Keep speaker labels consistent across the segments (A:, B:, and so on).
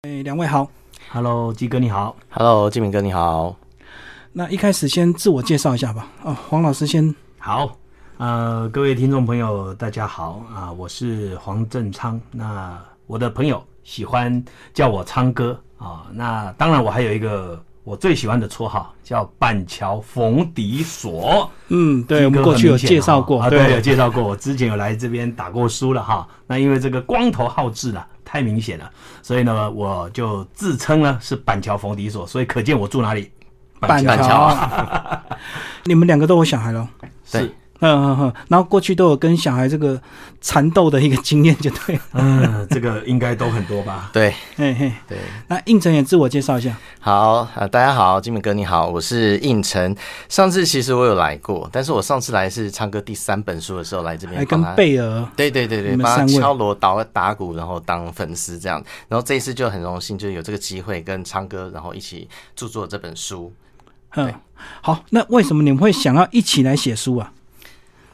A: 哎，两位好。
B: Hello，鸡哥你好。
C: Hello，志明哥你好。
A: 那一开始先自我介绍一下吧。哦，黄老师先。
B: 好，呃，各位听众朋友，大家好啊、我是黄正昌。那我的朋友喜欢叫我昌哥啊、那当然，我还有一个我最喜欢的绰号叫板桥冯迪所。
A: 嗯，对，
B: 鸡
A: 我们
B: 哥
A: 过
B: 很
A: 去有
B: 明显
A: 介绍
B: 哈
A: 过。
B: 啊，对，有介绍过。我之前有来这边打过书了哈。那因为这个光头好志啊，太明显了，所以呢，我就自称呢是板桥冯迪所，所以可见我住哪里。
A: 板
C: 板
A: 桥。 你们两个都有小孩了。
C: 对
B: 是
A: 嗯嗯嗯。然后过去都有跟小孩这个缠斗的一个经验，就对 了。
B: 嗯，这个应该都很多吧？
C: 对
A: 嘿嘿。
C: 对，
A: 那应成也自我介绍一下。
C: 好啊、呃大家好，志明哥你好，我是应成。上次其实我有来过，但是我上次来是唱歌第三本书的时候来这边
A: 还跟
C: 帮他。
A: 贝尔。
C: 对对对
A: 你
C: 对，
A: 们
C: 帮他
A: 三位
C: 敲锣打打鼓，然后当粉丝这样。然后这一次就很荣幸，就有这个机会跟昌哥，然后一起著作这本书。
A: 嗯
C: 对。
A: 好，那为什么你们会想要一起来写书啊？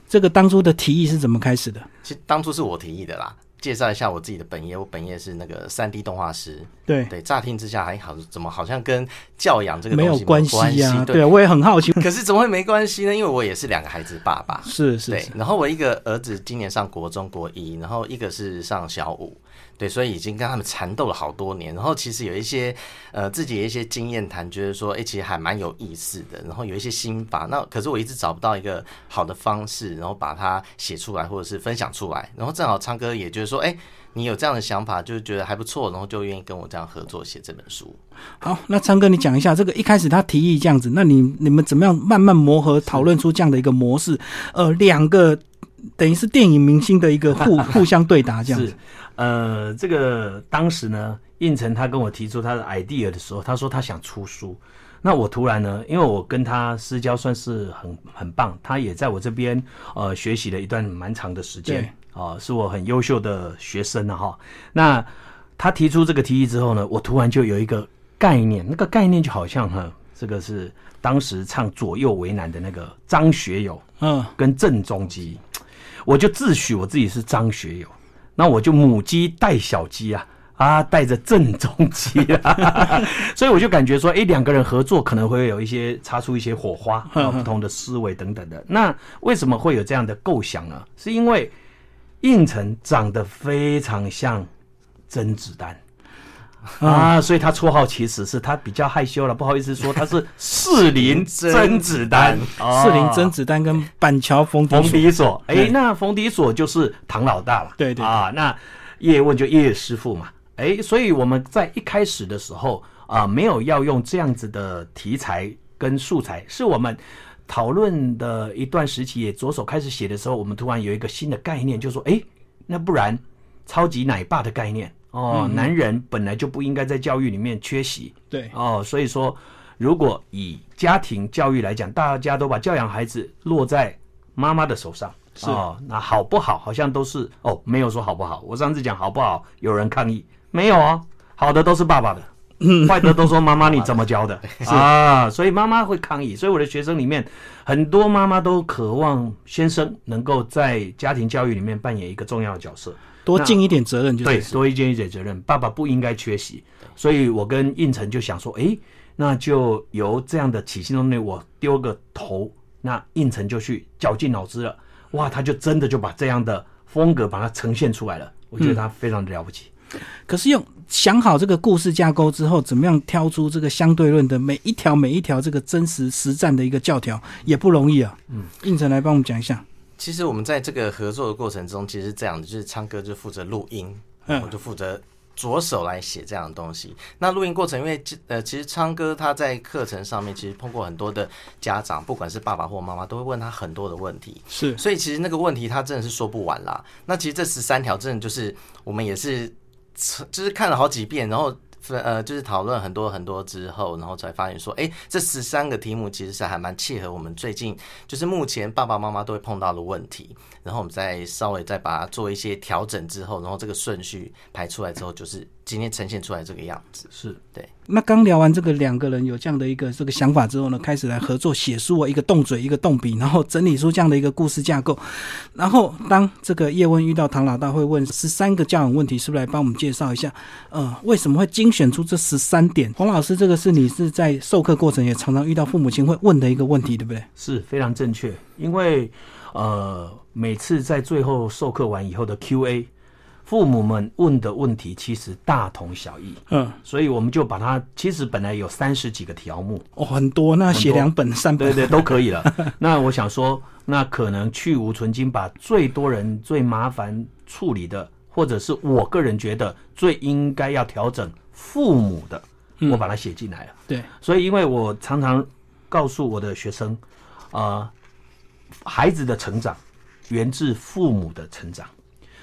A: 这个当初的提议是怎么开始的？
C: 其实当初是我提议的啦。介绍一下我自己的本业，我本业是那个三 D 动画师。
A: 对，
C: 对，乍听之下还好，怎么好像跟教养这个
A: 没
C: 东西
A: 有关系
C: 啊
A: 啊。？对，我也很好 奇。
C: 可是怎么会没关系呢？因为我也是两个孩子爸爸。
A: 是是
C: 对
A: 是。，
C: 然后我一个儿子今年上国中国一，然后一个是上小五，对，所以已经跟他们缠斗了好多年。然后其实有一些呃自己的一些经验谈，觉得说，哎，其实还蛮有意思的。然后有一些心法，那可是我一直找不到一个好的方式，然后把它写出来或者是分享出来。然后正好昌哥也觉得说，哎，你有这样的想法，就是觉得还不错，然后就愿意跟我这样合作写这本书。
A: 好，那昌哥，你讲一下这个一开始他提议这样子，那你你们怎么样慢慢磨合，讨论出这样的一个模式？呃，两个等于是电影明星的一个互 互相对答 这样子
B: 是。，呃，这个当时呢，应成他跟我提出他的 idea 的时候，他说他想出书。那我突然呢，因为我跟他私交算是很很棒，他也在我这边呃学习了一段蛮长的时间
A: 对，
B: 哦、是我很优秀的学生了、哈。那他提出这个提议之后呢，我突然就有一个概念，那个概念就好像哈，这个是当时唱《左右为难》的那个张学友，
A: 嗯，
B: 跟郑中基，我就自诩我自己是张学友，那我就母鸡带小鸡啊。啊，带着郑中基啊， 所以我就感觉说，哎、两个人合作可能会有一些擦出一些火花， 啊、不同的思维等等的。那为什么会有这样的构想呢？是因为应成长得非常像甄子丹。啊，所以他绰号其实是他比较害羞了，不好意思说他是 士林甄子丹，
A: 四林
B: 哦
A: 甄子丹跟板桥冯迪
B: 冯
A: 所
B: 迪所，哎、
A: 对
B: 那冯迪所就是唐老大了，
A: 对对对
B: 啊，那叶问就叶师傅嘛，哎、所以我们在一开始的时候啊、没有要用这样子的题材跟素材，是我们。讨论的一段时期，也着手开始写的时候，我们突然有一个新的概念，就说：哎、那不然超级奶爸的概念哦，
A: 嗯
B: 男人本来就不应该在教育里面缺席，
A: 对，
B: 哦，所以说，如果以家庭教育来讲，大家都把教养孩子落在妈妈的手上。
A: 是
B: 哦，那好不好？好像都是哦，没有说好不好。我上次讲好不好，有人抗议，没有哦，好的都是爸爸的，
A: 嗯
B: 坏的都说妈妈你怎么 教的啊，所以妈妈会抗议。所以我的学生里面，很多妈妈都渴望先生能够在家庭教育里面扮演一个重要的角色。
A: 多尽一点责任就
B: 对，
A: 是。
B: 多一件一点责任，爸爸不应该缺席。所以我跟应成就想说，诶，那就由这样的起心动念，我丢个头，那应成就去绞尽脑汁了。哇，他就真的就把这样的风格把它呈现出来了，我觉得他非常的了不起。
A: 可是用想好这个故事架构之后，怎么样挑出这个相对论的每一条每一条这个真实实战的一个教条，也不容易啊。嗯，应成来帮我们讲一下。
C: 其实我们在这个合作的过程中，其实是这样的，就是昌哥就负责录音，
A: 嗯
C: 我就负责着手来写这样的东西。那录音过程，因为呃，其实昌哥他在课程上面其实碰过很多的家长，不管是爸爸或妈妈，都会问他很多的问题。
A: 是
C: 所以其实那个问题他真的是说不完啦。那其实这十三条真的就是我们也是，就是看了好几遍，然后呃，就是讨论很多很多之后，然后才发现说，哎，这十三个题目其实是还蛮契合我们最近就是目前爸爸妈妈都会碰到的问题。然后我们再稍微再把它做一些调整之后，然后这个顺序排出来之后，就是今天呈现出来这个样子。
B: 是
A: 那刚聊完这个两个人有这样的一个这个想法之后呢，开始来合作写书啊，一个动嘴，一个动笔，然后整理出这样的一个故事架构。然后当这个叶问遇到唐老大，会问十三个教养问题，是不是来帮我们介绍一下？呃，为什么会精选出这十三点？洪老师，这个是你是在授课过程也常常遇到父母亲会问的一个问题，对不对？
B: 是非常正确，因为呃，每次在最后授课完以后的 Q&A，父母们问的问题其实大同小异，
A: 嗯，
B: 所以我们就把它其实本来有三十几个条目，
A: 哦，很多，那写两本、三
B: 对
A: 本，
B: 对，都可以了。 那我想说，那可能去无存菁，把最多人最麻烦处理的，或者是我个人觉得最应该要调整父母的，我把它写进来了。
A: 对，
B: 所以，因为我常常告诉我的学生，呃，孩子的成长源自父母的成长。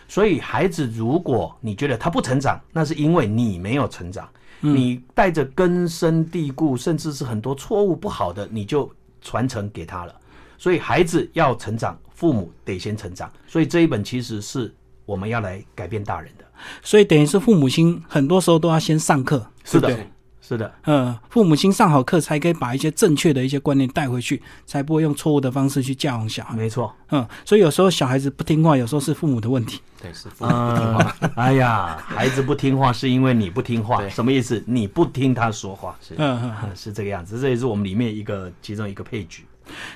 B: 所以，孩子，如果你觉得他不成长，那是因为你没有成长，你带着根深蒂固，甚至是很多错误不好的，你就传承给他了。所以，孩子要成长，父母得先成长。所以，这一本其实是我们要来改变大人的。
A: 所以等于是父母亲很多时候都要先上课，
B: 是
A: 对
B: 的
A: 不对，
B: 是的，
A: 呃，父母亲上好课，才可以把一些正确的一些观念带回去，才不会用错误的方式去教养小孩。
B: 没错。
A: 嗯，所以有时候小孩子不听话，有时候是父母的问题。
C: 对，是父母不听话。
B: 啊， 哎呀，孩子不听话是因为你不听话，
C: 对
B: 什么意思？你不听他说话，是
A: 嗯嗯，嗯
B: 是这个样子。这也是我们里面一个其中一个配局。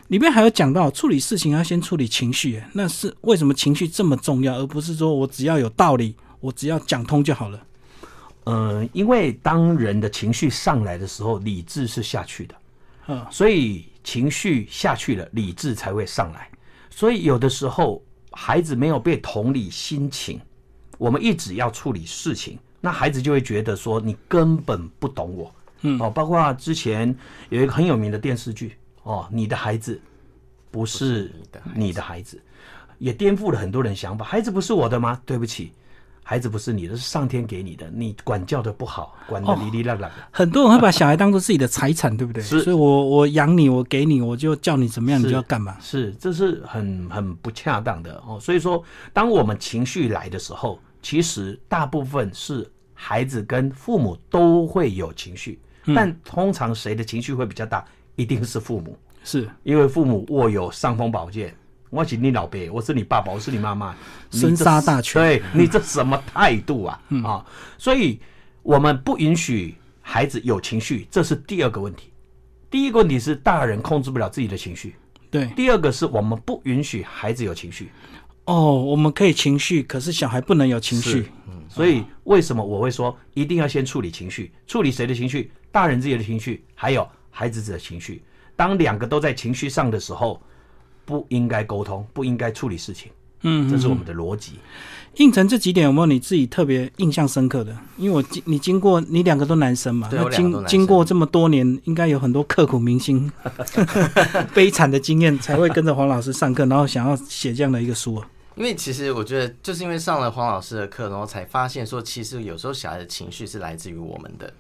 A: 里面还有讲到处理事情要先处理情绪，那是为什么情绪这么重要，而不是说我只要有道理，我只要讲通就好了。
B: 嗯、因为当人的情绪上来的时候，理智是下去的，
A: 嗯
B: 所以情绪下去了，理智才会上来。所以有的时候孩子没有被同理心情，我们一直要处理事情，那孩子就会觉得说你根本不懂我。嗯，哦，包括之前有一个很有名的电视剧哦，你的孩子不是你的孩子，也颠覆了很多人想法。孩子不是我的吗？对不起，孩子不是你的，是上天给你的，你管教的不好，管的哩哩啦啦的。
A: 很多人会把小孩当做自己的财产，对不对？
B: 是
A: 所以我我养你，我给你，我就叫你怎么样，你
B: 是
A: 就要干嘛。
B: 是，这是很很不恰当的哦。所以说，当我们情绪来的时候，其实大部分是孩子跟父母都会有情绪，但通常谁的情绪会比较大？一定是父母，
A: 是
B: 因为父母握有尚方宝剑。我是你老爸，我是你爸爸，我是你妈妈，你这
A: 生杀大权嗯
B: 对你这什么态度啊？啊、所以我们不允许孩子有情绪，这是第二个问题。第一个问题是大人控制不了自己的情绪，
A: 对
B: 第二个是我们不允许孩子有情绪，
A: 哦，我们可以情绪，可是小孩不能有情
B: 是
A: 绪。
B: 所以为什么我会说一定要先处理情绪？处理谁的情绪？大人自己的情绪，还有孩子的情绪。当两个都在情绪上的时候，不应该沟通，不应该处理事情。
A: 嗯，
B: 这是我们的逻辑。
A: 应成这几点有没有你自己特别印象深刻的？因为我经你经过你两个都男生嘛，
C: 对
A: 那
C: 我两个
A: 经
C: 都男生
A: 经过这么多年，应该有很多刻骨铭 心、悲惨的经验，才会跟着黄老师上课，然后想要写这样的一个书啊。
C: 因为其实我觉得，就是因为上了黄老师的课，然后才发现说，其实有时候小孩的情绪是来自于我们的。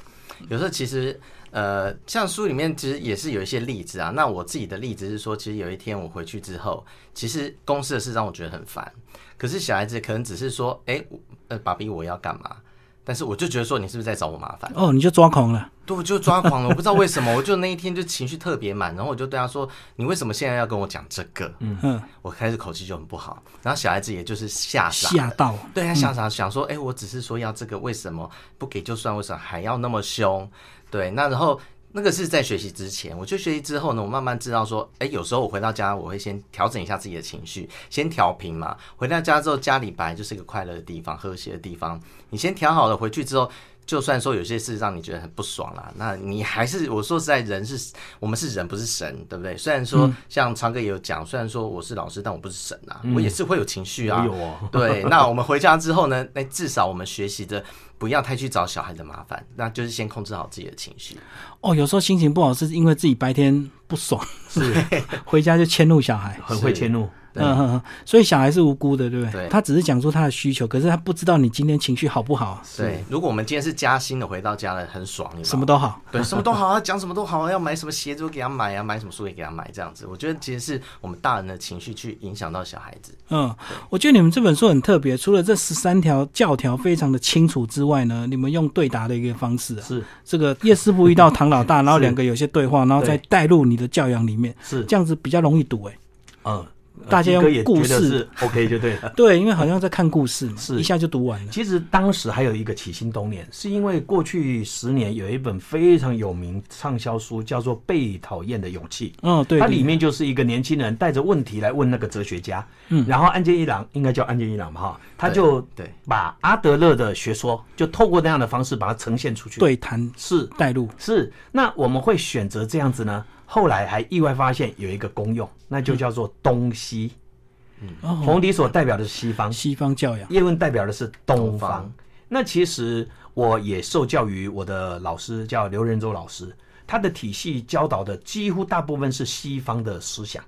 C: 有时候其实，呃，像书里面其实也是有一些例子啊。那我自己的例子是说，其实有一天我回去之后，其实公司的事让我觉得很烦，可是小孩子可能只是说，哎、我呃，爸比我要干嘛？但是我就觉得说，你是不是在找我麻烦？
A: 哦，你就抓狂了。
C: 对，我就抓狂了，我不知道为什么，我就那一天就情绪特别满，然后我就对他说：“你为什么现在要跟我讲这个？”嗯
A: 嗯，
C: 我开始口气就很不好，然后小孩子也就是吓啊傻
A: 吓
C: 了，
A: 到。
C: 对他吓傻，想说：“哎、我只是说要这个，为什么不给就算，为什么还要那么凶？”对，那然后那个是在学习之前，我就学习之后呢，我慢慢知道说：“哎、有时候我回到家，我会先调整一下自己的情绪，先调平嘛。回到家之后，家里本来就是一个快乐的地方，和谐的地方，你先调好了，回去之后。”就算说有些事让你觉得很不爽啦，那你还是我说实在，人是我们是人，不是神，对不对？虽然说像昌哥也有讲，虽然说我是老师，但我不是神啊，我也是会有情绪啊。
B: 我有 哦
C: 对，那我们回家之后呢，那至少我们学习的不要太去找小孩的麻烦，那就是先控制好自己的情绪。
A: 哦，有时候心情不好是因为自己白天不爽，是 回家就迁怒小孩。
B: 很会迁怒，
A: 嗯嗯，嗯所以小孩是无辜的，对不对？
C: 对
A: 他只是讲出他的需求，可是他不知道你今天情绪好不好，
C: 对，如果我们今天是加薪的，回到家了很爽，你知
A: 什
C: 道吗
A: 么都好。
C: 对，什么都好啊，讲什么都好啊，要买什么鞋子我给他买啊，买什么书也给他买，这样子，我觉得其实是我们大人的情绪去影响到小孩子。
A: 嗯，我觉得你们这本书很特别，除了这十三条教条非常的清楚之外呢，你们用对答的一个方式啊，
B: 是
A: 这个叶师傅遇到唐老 大，然后两个有些对话，然后
B: 对
A: 再带入你的教养里面，
B: 是，
A: 这样子比较容易读哎、
B: 嗯，
A: 大家
B: 鸡
A: 用
B: 哥也
A: 故
B: 觉得
A: 事
B: 是 OK 就对了。
A: 对，因为好像在看故事嘛，
B: 是
A: 一下就读完了。
B: 其实当时还有一个起心动念，是因为过去十年有一本非常有名畅销书，叫做《被讨厌的勇气》。
A: 嗯，对，
B: 它
A: 对
B: 里面就是一个年轻人带着问题来问那个哲学家，嗯，然后安建一郎应该叫安建一郎嘛哈，他就
C: 对对
B: 把阿德勒的学说就透过那样的方式把它呈现出去。，
A: 对谈
B: 是
A: 带入，
B: 是。那我们会选择这样子呢？后来还意外发现有一个功用，那就叫做东西。
A: 嗯哦，
B: 冯迪所代表的是西方，
A: 西方教养，
B: 叶问代表的是东
C: 东
B: 方
C: 方。
B: 那其实我也受教于我的老师叫刘仁洲老师，他的体系教导的几乎大部分是西方的思想。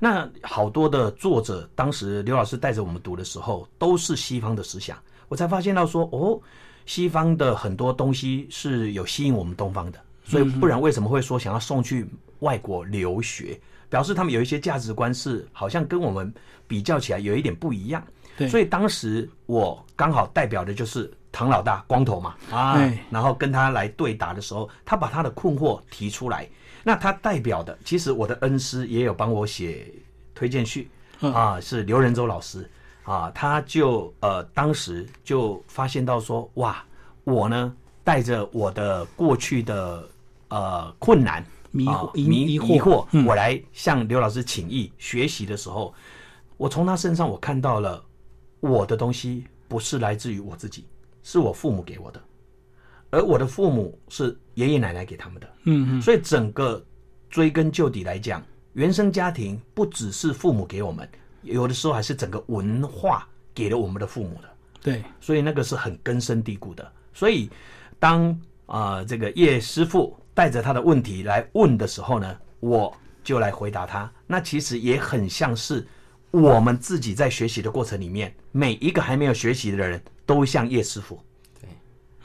B: 那好多的作者，当时刘老师带着我们读的时候，都是西方的思想，我才发现到说，哦，西方的很多东西是有吸引我们东方的，所以不然为什么会说想要送去外国留学？表示他们有一些价值观是好像跟我们比较起来有一点不一样，
A: 对
B: 所以当时我刚好代表的就是唐老大光头嘛啊
A: 对，
B: 然后跟他来对答的时候，他把他的困惑提出来，那他代表的，其实我的恩师也有帮我写推荐序，
A: 嗯
B: 啊，是刘仁洲老师啊，他就呃当时就发现到说，哇，我呢带着我的过去的呃困难。
A: 迷
B: 啊
A: 惑疑
B: 迷
A: 疑惑嗯
B: 惑，我来向刘老师请益学习的时候，我从他身上我看到了我的东西不是来自于我自己，是我父母给我的，而我的父母是爷爷奶奶给他们的。
A: 嗯嗯，
B: 所以整个追根究底来讲，原生家庭不只是父母给我们，有的时候还是整个文化给了我们的父母的。
A: 对，
B: 所以那个是很根深蒂固的。所以当啊、呃这个叶师傅带着他的问题来问的时候呢，我就来回答他。那其实也很像是我们自己在学习的过程里面，每一个还没有学习的人都像叶师傅。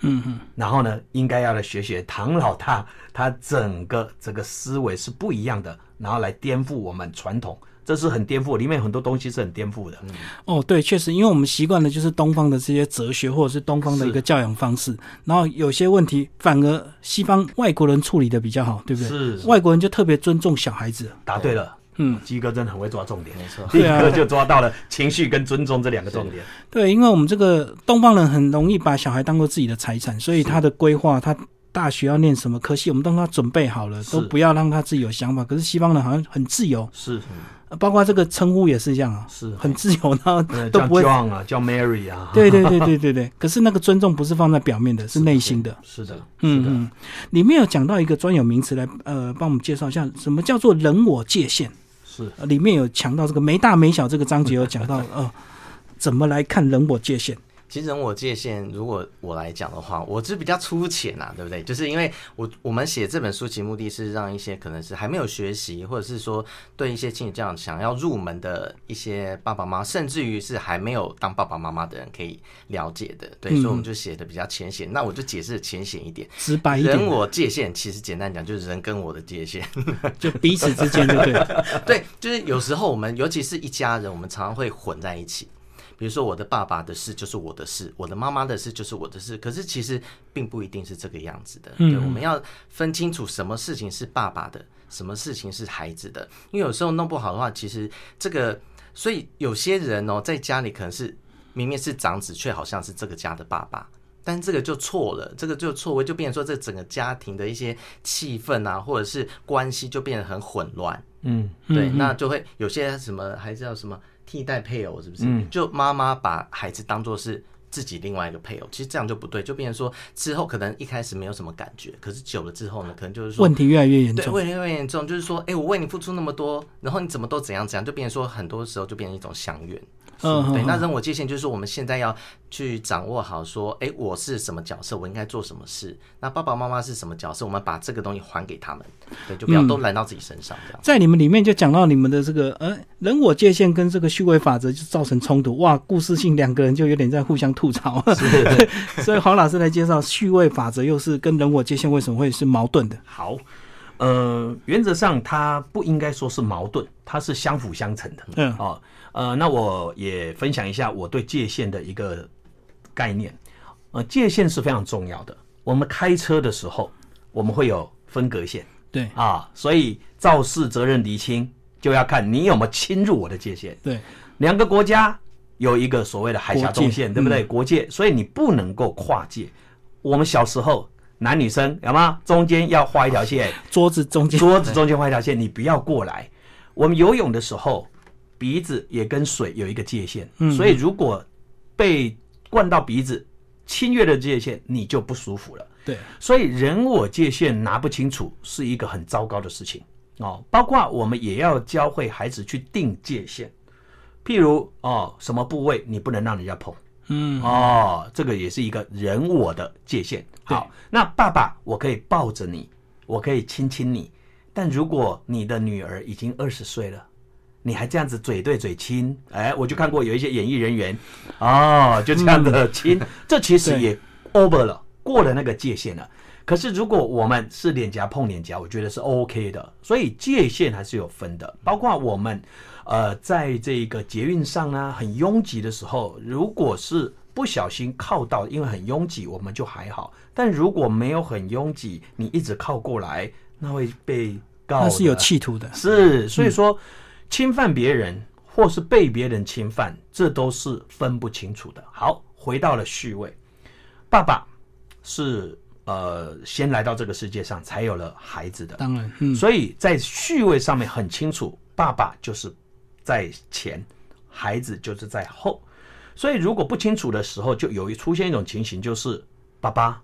A: 嗯嗯，
B: 然后呢，应该要来学学唐老大，他整个这个思维是不一样的，然后来颠覆我们传统，这是很颠覆，里面很多东西是很颠覆的。
A: 哦，对，确实，因为我们习惯的就是东方的这些哲学，或者是东方的一个教养方式，然后有些问题反而西方外国人处理的比较好，对不对？
B: 是
A: 外国人就特别尊重小孩子，
B: 答对了。
A: 嗯，
B: 鸡哥真的很会抓重点，
C: 没错
B: 第一
A: 对啊
B: 个就抓到了情绪跟尊重这两个重点。
A: 对，因为我们这个东方人很容易把小孩当做自己的财产，所以他的规划，他大学要念什么科系，我们都让他准备好了，
B: 是
A: 都不要让他自己有想法。可是西方人好像很自由，
B: 是
A: 呃包括这个称呼也是一样啊，
B: 是
A: 很自由，然后
B: 呃
A: 都
B: 叫
A: 不会。
B: John 啊，叫 Mary 啊，
A: 对对对对对对。可是那个尊重不是放在表面的，是内心的。
B: 是的，
A: 嗯
B: 是的，
A: 嗯，里面有讲到一个专有名词来，呃，帮我们介绍一下什么叫做人我界限。
B: 是
A: 呃里面有强调这个没大没小这个章节有讲到，呃，怎么来看人我界限？
C: 其实人我界限，如果我来讲的话，我是比较粗浅啊，对不对？就是因为我我们写这本书籍目的是让一些可能是还没有学习，或者是说对一些亲子教养想要入门的一些爸爸妈妈，甚至于是还没有当爸爸妈妈的人可以了解的，
A: 嗯
C: 对，所以我们就写的比较浅显。那我就解释得浅显一点，
A: 直白啊一点
C: 人，我界限其实简单讲就是人跟我的界限。
A: 就彼此之间，对不对了？
C: 对，就是有时候我们，尤其是一家人，我们常常会混在一起。比如说，我的爸爸的事就是我的事，我的妈妈的事就是我的事。可是其实并不一定是这个样子的。对，我们要分清楚什么事情是爸爸的，什么事情是孩子的。因为有时候弄不好的话，其实这个，所以有些人哦，在家里可能是明明是长子，却好像是这个家的爸爸。但这个就错了，这个就错位，就变成说这整个家庭的一些气氛啊，或者是关系就变得很混乱。
B: 嗯，
C: 对，那就会有些什么还是要什么替代配偶，是不是？
A: 嗯
C: 就妈妈把孩子当做是自己另外一个配偶，其实这样就不对，就变成说之后可能一开始没有什么感觉，可是久了之后呢，可能就是说。
A: 问题越来越严
C: 对，
A: 重。
C: 为了越严重，就是说，哎、我为你付出那么多，然后你怎么都怎样怎样，就变成说，很多时候就变成一种相怨。
A: 嗯，
C: 对，
A: 嗯
C: 那
A: 嗯
C: 人我界限就是说，我们现在要去掌握好，说，哎、我是什么角色，我应该做什么事。那爸爸妈妈是什么角色，我们把这个东西还给他们，对，就不
A: 嗯
C: 要都揽到自己身上，这样。
A: 在你们里面就讲到你们的这个呃人我界限跟这个虚伪法则就造成冲突，哇，故事性两个人就有点在互相吐槽。 所以黄老师来介绍虚伪法则，又是跟人我界限为什么会是矛盾的？
B: 好，呃，原则上它不应该说是矛盾，它是相辅相成的。
A: 嗯
B: 哦，呃，那我也分享一下我对界限的一个概念。呃，界限是非常重要的。我们开车的时候，我们会有分隔线
A: 对
B: 啊，所以肇事责任厘清就要看你有没有侵入我的界限。
A: 对
B: 两个国家有一个所谓的海峡中
A: 国
B: 线，
A: 界嗯
B: 对不对？国界，所以你不能够跨界。我们小时候男女生有吗？中间要画一条线，
A: 桌子中间
B: 桌子中间画一条线，你不要过来。我们游泳的时候，鼻子也跟水有一个界限，所以如果被灌到鼻子，侵越了界限，你就不舒服了。
A: 对
B: 所以人我界限拿不清楚是一个很糟糕的事情哦。包括我们也要教会孩子去定界限，譬如哦，什么部位你不能让人家碰，
A: 嗯
B: 哦，这个也是一个人我的界限。好，那爸爸，我可以抱着你，我可以亲亲你，但如果你的女儿已经二十岁了。你还这样子嘴对嘴亲，哎，我就看过有一些演艺人员，哦，就这样的亲，这其实
A: 嗯对
B: 也 over 了，过了那个界限了。可是如果我们是脸颊碰脸颊，我觉得是 OK 的，所以界限还是有分的。包括我们，呃，在这个捷运上啊，很拥挤的时候，如果是不小心靠到，因为很拥挤，我们就还好；但如果没有很拥挤，你一直靠过来，那会被告的。
A: 那是有企图的，
B: 是，所以说侵犯别人或是被别人侵犯，这都是分不清楚的。好，回到了序位，爸爸是呃先来到这个世界上，才有了孩子的，
A: 当然嗯
B: 所以在序位上面很清楚，爸爸就是在前，孩子就是在后。所以如果不清楚的时候，就有一出现一种情形，就是爸爸，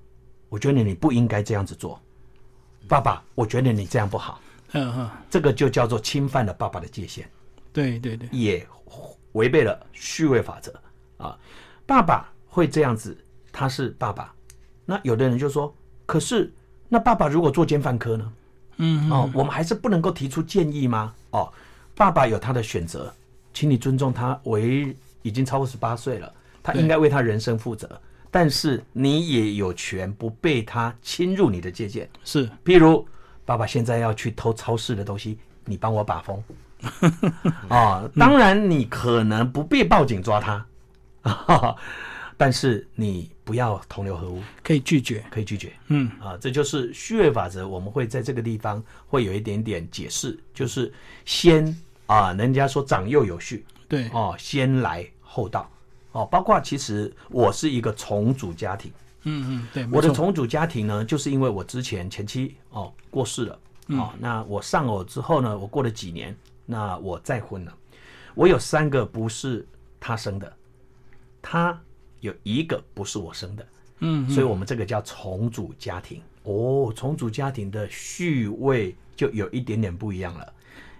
B: 我觉得你不应该这样子做，爸爸，我觉得你这样不好。
A: 嗯嗯
B: 这个就叫做侵犯了爸爸的界限，
A: 对对对
B: 也违背了序位法则啊。爸爸会这样子，他是爸爸。那有的人就说，可是那爸爸如果作奸犯科呢？
A: 嗯
B: 哦，我们还是不能够提出建议吗？哦，爸爸有他的选择，请你尊重他为已经超过十八岁了，他应该为他人生负责。但是你也有权不被他侵入你的界限。
A: 是
B: 譬如爸爸现在要去偷超市的东西，你帮我把风。 啊、当然你可能不必报警抓他， 但是你不要同流合污，
A: 可以拒绝
B: 可以拒绝。
A: 嗯
B: 啊，这就是虚位法则，我们会在这个地方会有一点点解释，就是先啊，人家说长幼有序，
A: 对
B: 哦，先来后到。哦，包括其实我是一个重组家庭，
A: 嗯嗯对没
B: 我的
A: 错
B: 重组家庭呢，就是因为我之前前妻哦过世了，
A: 嗯
B: 哦，那我丧偶之后呢，我过了几年，那我再婚了，我有三个不是他生的，他有一个不是我生的，
A: 嗯
B: 所以我们这个叫重组家庭。哦，重组家庭的序位就有一点点不一样了。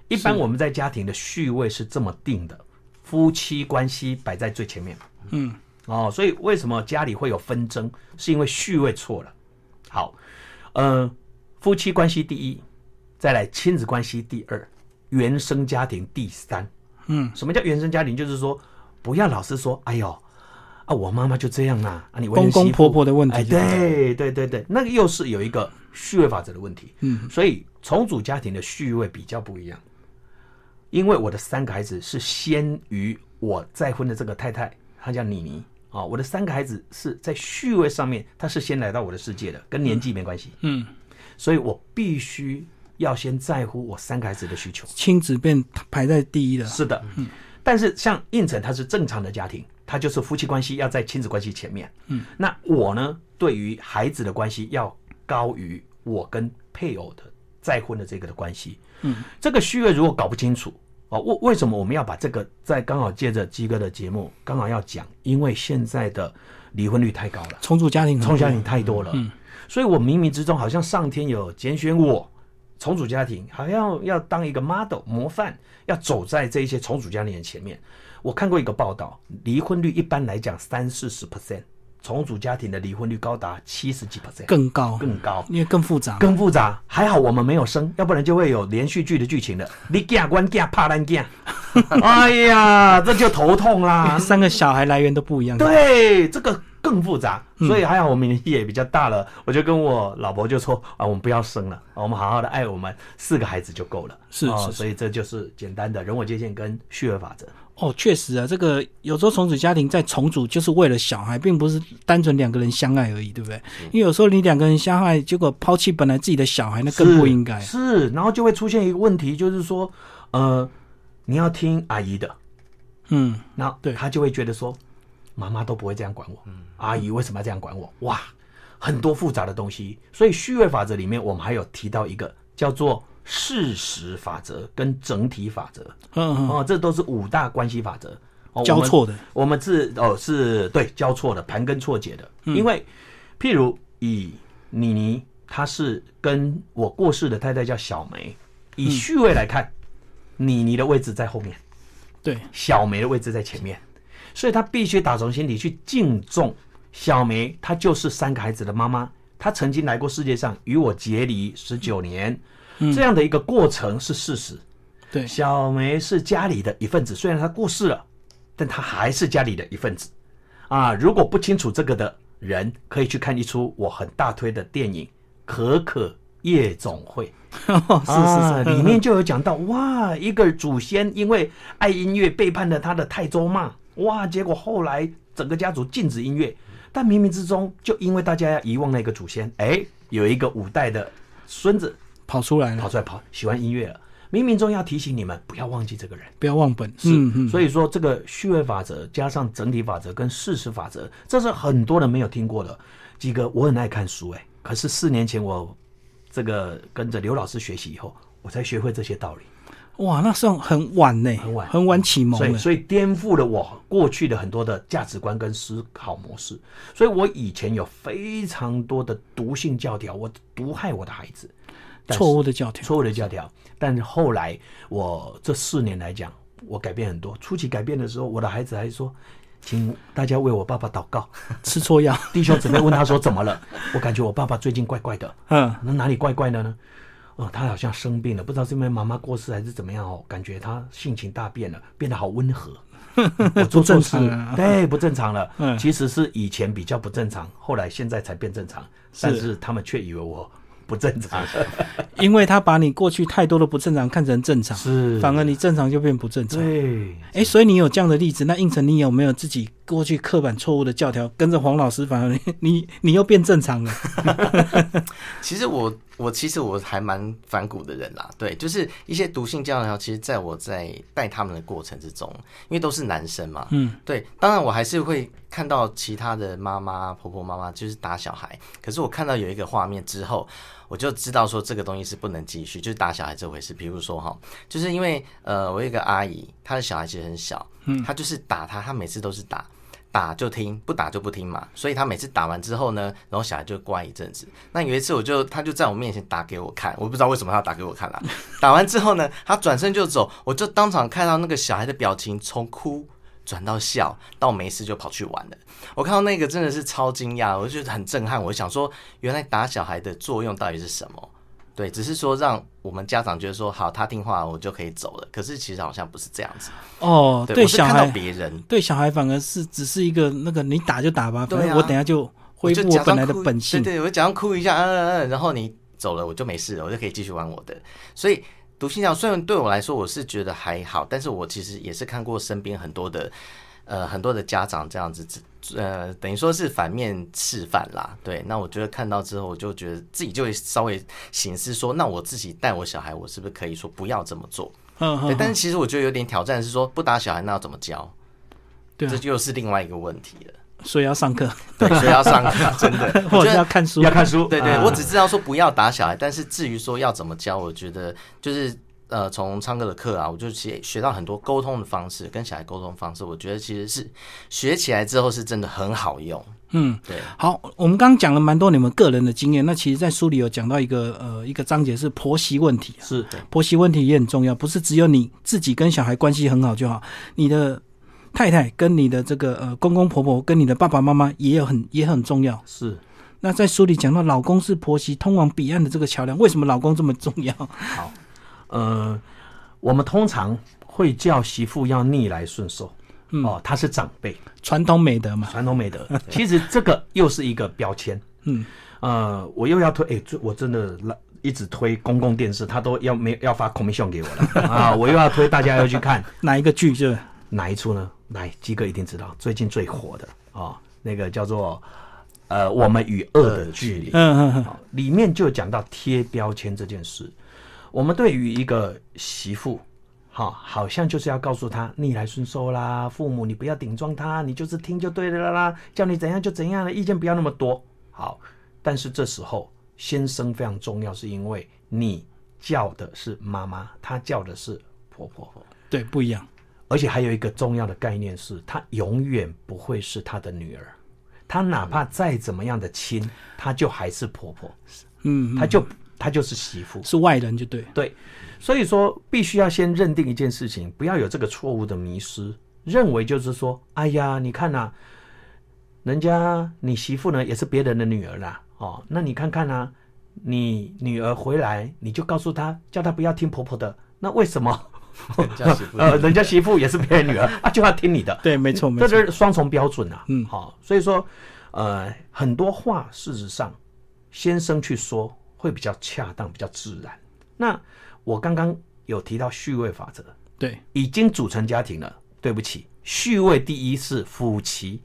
B: 一般我们在家庭的序位是这么定的，夫妻关系摆在最前面。
A: 嗯
B: 哦，所以为什么家里会有纷争，是因为序位错了。好，呃，夫妻关系第一，再来亲子关系第二，原生家庭第三。
A: 嗯
B: 什么叫原生家庭？就是说，不要老是说，哎呦，啊，我妈妈就这样啦，啊，你为人
A: 公公
B: 媳妇
A: 婆婆的问题
B: 哎，
A: 就对
B: 对对对对，那个又是有一个序位法则的问题。嗯，所以重组家庭的序位比较不一样，因为我的三个孩子是先于我再婚的这个太太，她叫妮妮。啊、我的三个孩子是在序位上面，她是先来到我的世界的，跟年纪没关系，
A: 嗯
B: 所以我必须要先在乎我三个孩子的需求。
A: 亲子便排在第一了
B: 是的，但是像应成他是正常的家庭，他就是夫妻关系要在亲子关系前面。嗯，那我呢，对于孩子的关系要高于我跟配偶的再婚的这个的关系。嗯，这个虚位如果搞不清楚。哦，为为什么我们要把这个在刚好借着鸡哥的节目刚好要讲？因为现在的离婚率太高了。
A: 重组家庭很
B: 重组家
A: 多
B: 庭太多了，所以我冥冥之中好像上天有拣选我重组家庭，好像要当一个 model 模范，要走在这一些重组家庭的前面。我看过一个报道，离婚率一般来讲三四十 percent，重组家庭的离婚率高达七十几 percent，
A: 更高
B: 更高。
A: 因为更复杂
B: 更复杂，还好我们没有生，要不然就会有连续剧的剧情了。你嫁官嫁怕单嫁，哎呀，这就头痛啦。
A: 三个小孩来源都不一样
B: 对，这个更复杂，
A: 嗯
B: 所以还好我们年纪也比较大了，我就跟我老婆就说啊，我们不要生了，啊我们好好的爱我们四个孩子就够了。
A: 是
B: 哦
A: 是是
B: 所以这就是简单的人我界限跟序位法则。
A: 哦，确实啊，这个有时候重组家庭在重组就是为了小孩，并不是单纯两个人相爱而已，对不对？因为有时候你两个人相爱，结果抛弃本来自己的小孩，那更不应该。
B: 是，然后就会出现一个问题，就是说，呃，你要听阿姨的，
A: 嗯，
B: 那
A: 对嗯
B: 他就会觉得说，妈妈都不会这样管我，阿姨为什么要这样管我？哇，很多复杂的东西。所以序位法则里面，我们还有提到一个叫做事实法则跟整体法则。
A: 嗯
B: 哦，这都是五大关系法则。哦
A: 嗯，交错的，
B: 我们是哦是对交错的盘根错节的，
A: 嗯
B: 因为譬如以妮妮，她是跟我过世的太太叫小梅，
A: 嗯
B: 以序位来看，妮妮的位置在后面，
A: 对，
B: 小梅的位置在前面，所以她必须打从心底去敬重小梅，她就是三个孩子的妈妈，她曾经来过世界上，与我结离十九年，这样的一个过程是事实。
A: 对，
B: 小梅是家里的一份子，虽然她过世了，但她还是家里的一份子。啊，如果不清楚这个的人，可以去看一出我很大推的电影《可可夜总会》。
A: 哦 是
B: 啊
A: 是是，
B: 里面就有讲到哇，一个祖先因为爱音乐背叛了他的泰州骂，哇，结果后来整个家族禁止音乐，但冥冥之中就因为大家要遗忘那个祖先，哎，有一个五代的孙子
A: 跑出来
B: 跑
A: 了，
B: 出来跑喜欢音乐了，冥冥中要提醒你们不要忘记这个人。
A: 不要忘本。
B: 是，
A: 嗯嗯，
B: 所以说这个序位法则加上整体法则跟事实法则，这是很多人没有听过的。几个我很爱看书、哎，可是四年前我这个跟着刘老师学习以后，我才学会这些道理。
A: 哇，那算很晚呢，
B: 很晚
A: 很晚启蒙
B: 所以，
A: 了。
B: 所以颠覆了我过去的很多的价值观跟思考模式。所以我以前有非常多的毒性教条，我毒害我的孩子，但是
A: 错误的教条，
B: 错误的教条。但是后来我这四年来讲，我改变很多。初期改变的时候，我的孩子还说：“请大家为我爸爸祷告。
A: 吃错药。”
B: 弟兄姊妹问他说：“怎么了？”我感觉我爸爸最近怪怪的。
A: 嗯，
B: 那哪里怪怪的呢？哦，他好像生病了，不知道是因为妈妈过世还是怎么样哦，感觉他性情大变了，变得好温 和。我做错
A: 不
B: 事
A: 正常啊，
B: 对，不正常 了。
A: 嗯
B: 其实是以前比较不正常，后来现在才变正常，但是他们却以为我不正常。
A: 因为他把你过去太多的不正常看成正常，
B: 是
A: 反而你正常就变不正常。
B: 对，
A: 哎、所以你有这样的例子，那应成你有没有自己过去刻板错误的教条，跟着黄老师，反而你你你又变正常了？
C: 其实我我其实我还蛮反骨的人啦，对，就是一些毒性教条，其实在我在带他们的过程之中，因为都是男生嘛，
A: 嗯，
C: 对，当然我还是会看到其他的妈妈、婆婆、妈妈就是打小孩，可是我看到有一个画面之后，我就知道说这个东西是不能继续，就是打小孩这回事。比如说哈，就是因为呃，我有一个阿姨，她的小孩其实很小，嗯，她就是打她，她每次都是打。打就听，不打就不听嘛。所以她每次打完之后呢，然后小孩就乖一阵子。那有一次，我就她就在我面前打给我看，我不知道为什么她要打给我看啦。打完之后呢，她转身就走，我就当场看到那个小孩的表情从哭转到笑，到没事就跑去玩了。我看到那个真的是超惊讶，我就觉得很震撼。我想说，原来打小孩的作用到底是什么？对，只是说让我们家长觉得说好，他听话我就可以走了。可是其实好像不是这样子。
A: 哦，
C: 我是
A: 小
C: 看到
A: 孩，
C: 别人，
A: 对小孩反而是只是一个那个你打就打吧，
C: 对
A: 反
C: 啊
A: 正我等下就恢复
C: 就假
A: 我本
C: 装
A: 来的
C: 哭
A: 本性。
C: 对对，我假装哭一下，嗯嗯嗯，然后你走了，我就没事了，我就可以继续玩我的。所以读心教虽然对我来说我是觉得还好，但是我其实也是看过身边很多的呃很多的家长这样子。呃，等于说是反面示范啦，对。那我觉得看到之后，我就觉得自己就会稍微醒思说，那我自己带我小孩，我是不是可以说不要这么做？
A: 嗯
C: 对。
A: 嗯，
C: 但是其实我觉得有点挑战，是说不打小孩，那要怎么教？
A: 对啊
C: 这又是另外一个问题了。
A: 所以要上课，
C: 对，所以要上课，真的。 我
A: 或者是
C: 觉得
A: 要看书
B: 要。看书。
C: 对对，
B: 啊
C: 我只知道说不要打小孩，但是至于说要怎么教，我觉得就是呃，从唱歌的课啊，我就学学到很多沟通的方式，跟小孩沟通方式，我觉得其实是学起来之后是真的很好用。
A: 嗯，
C: 对，
A: 好，我们刚刚讲了蛮多你们个人的经验，那其实，在书里有讲到一个呃一个章节是婆媳问题啊、
B: 是
A: 婆媳问题也很重要，不是只有你自己跟小孩关系很好就好，你的太太跟你的这个呃公公婆婆跟你的爸爸妈妈也有很也很重要。
B: 是，
A: 那在书里讲到，老公是婆媳通往彼岸的这个桥梁，为什么老公这么重要？
B: 呃，我们通常会叫媳妇要逆来顺受。
C: 嗯
B: 哦，她是长辈，
A: 传统美德嘛，
B: 传统美德。其实这个又是一个标签。
A: 嗯，
B: 呃，我又要推，哎、这我真的懒一直推公 共电视，他都要没要发 commission 给我了啊！我又要推，大家要去看。
A: 哪一个剧是吧？
B: 哪一出呢？来，鸡哥一定知道，最近最火的啊、那个叫做呃《我们与恶的距离》
A: 嗯嗯嗯，
B: 好啊里面就讲到贴标签这件事。我们对于一个媳妇，好，好像就是要告诉她逆来顺受啦，父母你不要顶撞她，你就是听就对了啦，叫你怎样就怎样了，意见不要那么多。好，但是这时候先生非常重要，是因为你叫的是妈妈，她叫的是婆婆。
A: 对，不一样。
B: 而且还有一个重要的概念是，她永远不会是她的女儿，她哪怕再怎么样的亲，她就还是婆婆，
A: 嗯，
B: 她就她就是媳妇。
A: 是外人就对。
B: 对，所以说必须要先认定一件事情，不要有这个错误的迷失，认为就是说，哎呀，你看呐、人家你媳妇呢也是别人的女儿啦，哦，那你看看啊，你女儿回来，你就告诉她，叫她不要听婆婆的，那为什么？
C: 人家媳妇
B: 呃，人家媳妇也是别人女儿啊，就要听你的，
A: 对，没错，没
B: 这
A: 错。
B: 就是双重标准啊。
A: 嗯
B: 好、所以说，呃，很多话事实上，先生去说会比较恰当，比较自然。那我刚刚有提到序位法则，
A: 对，
B: 已经组成家庭了，对不起，序位第一是夫妻，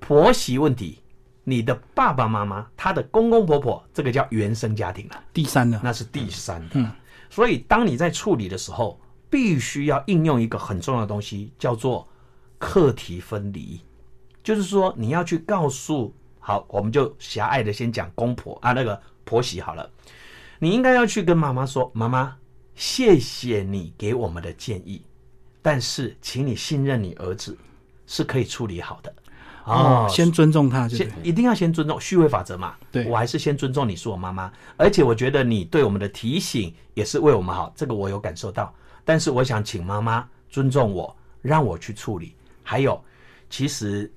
B: 婆媳问题，你的爸爸妈妈，他的公公婆婆，这个叫原生家庭了。
A: 第三呢？
B: 那是第三的。所以当你在处理的时候，必须要应用一个很重要的东西，叫做课题分离，就是说你要去告诉，好，我们就狭隘的先讲公婆啊，那个婆媳好了，你应该要去跟妈妈说，妈妈，谢谢你给我们的建议，但是请你信任你儿子是可以处理好的。
A: 哦，先尊重他就对
B: 先。一定要先尊重序位法则嘛。
A: 对
B: 我还是先尊重你是我妈妈，而且我觉得你对我们的提醒也是为我们好，这个我有感受到。但是我想请妈妈尊重我，让我去处理。还有，其实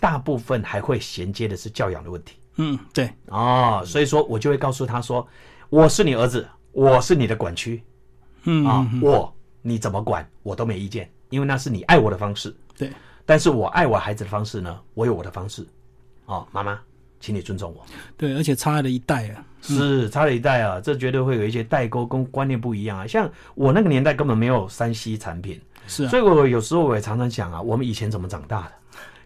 B: 大部分还会衔接的是教养的问题
A: 嗯，对，
B: 哦，所以说我就会告诉他说，我是你儿子，我是你的管区
A: 嗯，
B: 啊，我你怎么管我都没意见，因为那是你爱我的方式。
A: 对，
B: 但是我爱我孩子的方式呢，我有我的方式。哦，妈妈，请你尊重我。
A: 对，而且差了一代啊。
B: 是差了一代啊，这绝对会有一些代沟跟观念不一样啊。像我那个年代根本没有三 C 产品，
A: 是啊，
B: 所以我有时候我也常常想啊，我们以前怎么长大的？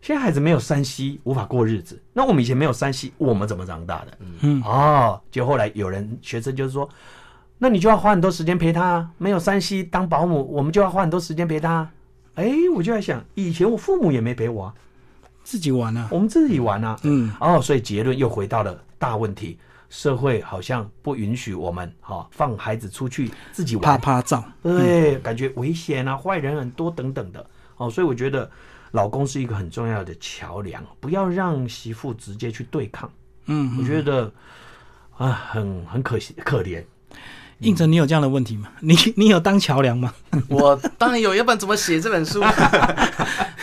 B: 现在孩子没有三 C 无法过日子，那我们以前没有三 C，我们怎么长大的？嗯，哦，就后来有人学生就是说，那你就要花很多时间陪他啊，没有三 C 当保姆，我们就要花很多时间陪他啊。哎，我就在想，以前我父母也没陪我啊，
A: 自己玩啊。
B: 我们自己玩啊。
A: 嗯，
B: 哦，所以结论又回到了大问题，社会好像不允许我们哈、哦放孩子出去自己
A: 啪
B: 玩，
A: 啪照。
B: 对，感觉危险啊，坏人很多等等的。哦，所以我觉得老公是一个很重要的桥梁，不要让媳妇直接去对抗。
A: 嗯，
B: 我觉得啊，很很可惜可怜。
A: 应成，你有这样的问题吗？ 你你有当桥梁吗？
C: 我当然有，要不然怎么写这本书？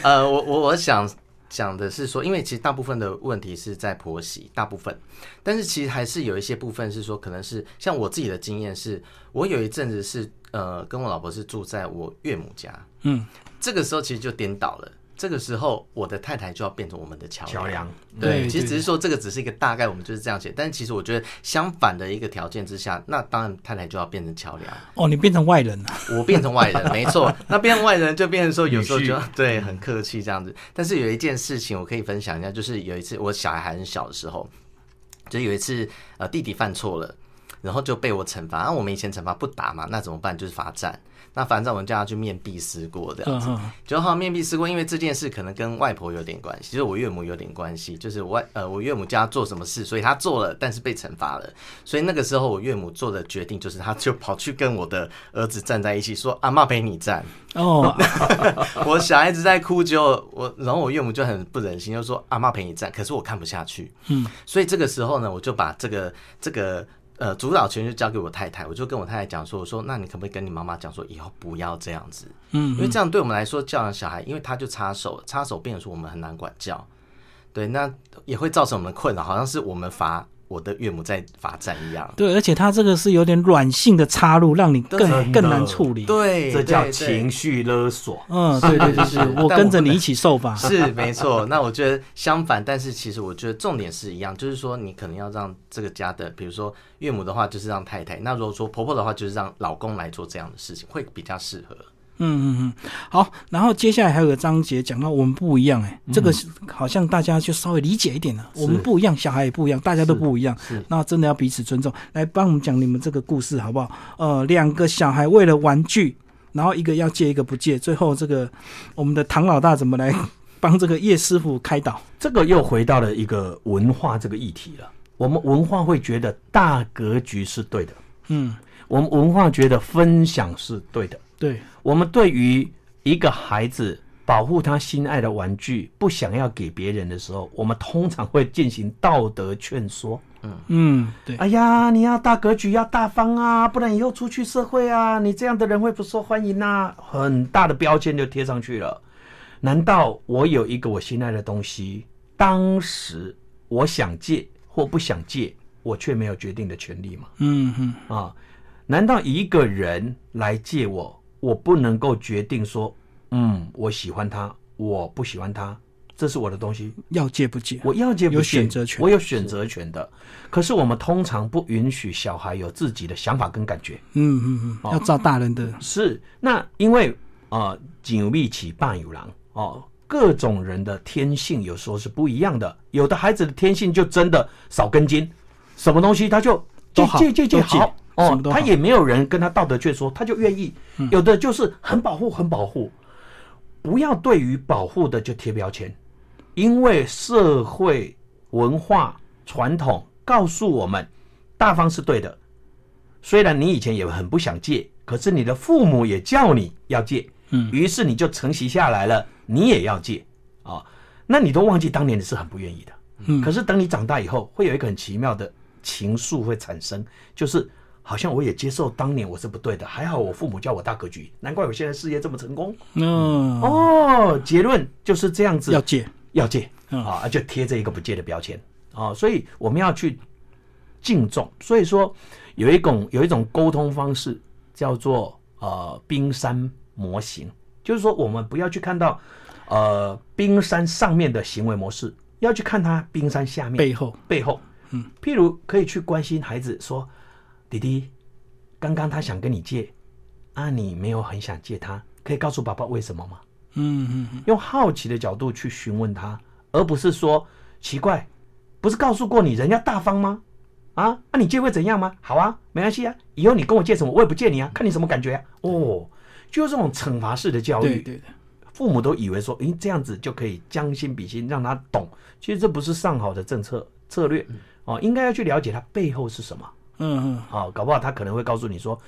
C: 呃，我我我想讲的是说，因为其实大部分的问题是在婆媳，大部分，但是其实还是有一些部分是说，可能是像我自己的经验是，我有一阵子是呃跟我老婆是住在我岳母家，
A: 嗯，
C: 这个时候其实就颠倒了。这个时候，我的太太就要变成我们的桥
B: 桥梁嗯
A: 对
C: 对，其实
A: 对
C: 只是说这个只是一个大概，我们就是这样写。但其实我觉得相反的一个条件之下，那当然太太就要变成桥梁。
A: 哦，你变成外人了、
C: 我变成外人，没错。那变成外人就变成说，有时候
B: 女
C: 就
B: 婿
C: 对很客气这样子。但是有一件事情我可以分享一下，就是有一次我小孩还很小的时候，就有一次呃弟弟犯错了，然后就被我惩罚。那、啊我们以前惩罚不打嘛，那怎么办？就是罚站。那罚站我们叫他去面壁思过这样
A: 嗯嗯，
C: 就好面壁思过，因为这件事可能跟外婆有点关系，就是我岳母有点关系，就是我外呃我岳母叫她做什么事，所以她做了，但是被惩罚了，所以那个时候我岳母做的决定就是，她就跑去跟我的儿子站在一起，说阿妈陪你站，
A: 哦，
C: 我小孩子在哭，就我，然后我岳母就很不忍心，就说阿妈陪你站，可是我看不下去，嗯，所以这个时候呢，我就把这个这个。呃，主导权就交给我太太，我就跟我太太讲说，我说那你可不可以跟你妈妈讲说，以后不要这样子，
A: 嗯
C: 因为这样对我们来说，教养小孩，因为他就插手，插手变成说我们很难管教，对，那也会造成我们的困扰，好像是我们罚我的岳母在罚站 一样。
A: 对，而且他这个是有点软性的插入，让你更
B: 真的
A: 更难处理。
C: 对，
B: 这叫
C: 对对
B: 情绪勒索。
A: 嗯，对对对
C: 是是
A: 对，我
C: 但
A: 跟
C: 我
A: 着
C: 不
A: 你
C: 能
A: 一起受罚。
C: 是没错，那我觉得相反，但是其实我觉得重点是一样，就是说你可能要让这个家的，比如说岳母的话就是让太太，那如果说婆婆的话就是让老公来做这样的事情，会比较适合。
A: 嗯嗯嗯，好，然后接下来还有个章节讲到我们不一样、欸，哎、这个是好像大家就稍微理解一点了，我们不一样，小孩也不一样，大家都不一样
C: 是是，
A: 那真的要彼此尊重。来帮我们讲你们这个故事好不好？呃，两个小孩为了玩具，然后一个要借，一个不借，最后这个我们的唐老大怎么来帮这个叶师傅开导？
B: 这个又回到了一个文化这个议题了。我们文化会觉得大格局是对的，
A: 嗯，
B: 我们文化觉得分享是对的。
A: 对，
B: 我们对于一个孩子保护他心爱的玩具，不想要给别人的时候，我们通常会进行道德劝说。
A: 嗯，对，
B: 哎呀，你要大格局，要大方啊，不然以后出去社会啊，你这样的人会不受欢迎呐、很大的标签就贴上去了。难道我有一个我心爱的东西，当时我想借或不想借，我却没有决定的权利吗？
A: 嗯嗯
B: 啊，难道一个人来借我，我不能够决定说，嗯，我喜欢他，我不喜欢他，这是我的东西，
A: 要借不借？
B: 我要借不借
A: 有选择权
B: 我有选择权的。可是我们通常不允许小孩有自己的想法跟感觉。
A: 嗯嗯嗯，要照大人的，
B: 是，那因为啊，井有密起，半有狼哦，各种人的天性有时候是不一样的。有的孩子的天性就真的少根筋，什么东西他就
A: 都
B: 借
A: 好
B: 借借借
A: 都借
B: 好
A: 什
B: 哦
A: 么，都
B: 他
A: 好嗯
B: 也没有人跟他道德劝说，他就愿意。有的就是很保护，很保护，不要对于保护的就贴标签。因为社会文化传统告诉我们，大方是对的。虽然你以前也很不想借，可是你的父母也叫你要借，嗯，于是你就承袭下来了，你也要借啊、那你都忘记当年你是很不愿意的，嗯，可是等你长大以后，会有一个很奇妙的情愫会产生，就是好像我也接受当年我是不对的，还好我父母叫我大格局，难怪我现在事业这么成功
A: 嗯，
B: 哦。结论就是这样子，
A: 要借，
B: 要戒
A: 嗯
B: 啊，就贴这一个不戒的标签啊，所以我们要去敬重。所以说有一种有一种沟通方式叫做呃冰山模型，就是说我们不要去看到呃冰山上面的行为模式，要去看它冰山下面
A: 背后，
B: 背后，嗯，譬如可以去关心孩子说，弟弟，刚刚他想跟你借，啊，你没有很想借他，可以告诉爸爸为什么吗？
A: 嗯嗯嗯，
B: 用好奇的角度去询问他，而不是说奇怪，不是告诉过你人要大方吗？啊，那、你借会怎样吗？好啊，没关系啊，以后你跟我借什么，我也不借你啊，看你什么感觉啊。哦，就是这种惩罚式的教
A: 对
B: 育，
A: 对对，
B: 父母都以为说，诶，这样子就可以将心比心，让他懂。其实这不是上好的政策策略哦，应该要去了解它背后是什么。
A: 嗯嗯。
B: 啊、搞不好他可能会告诉你说，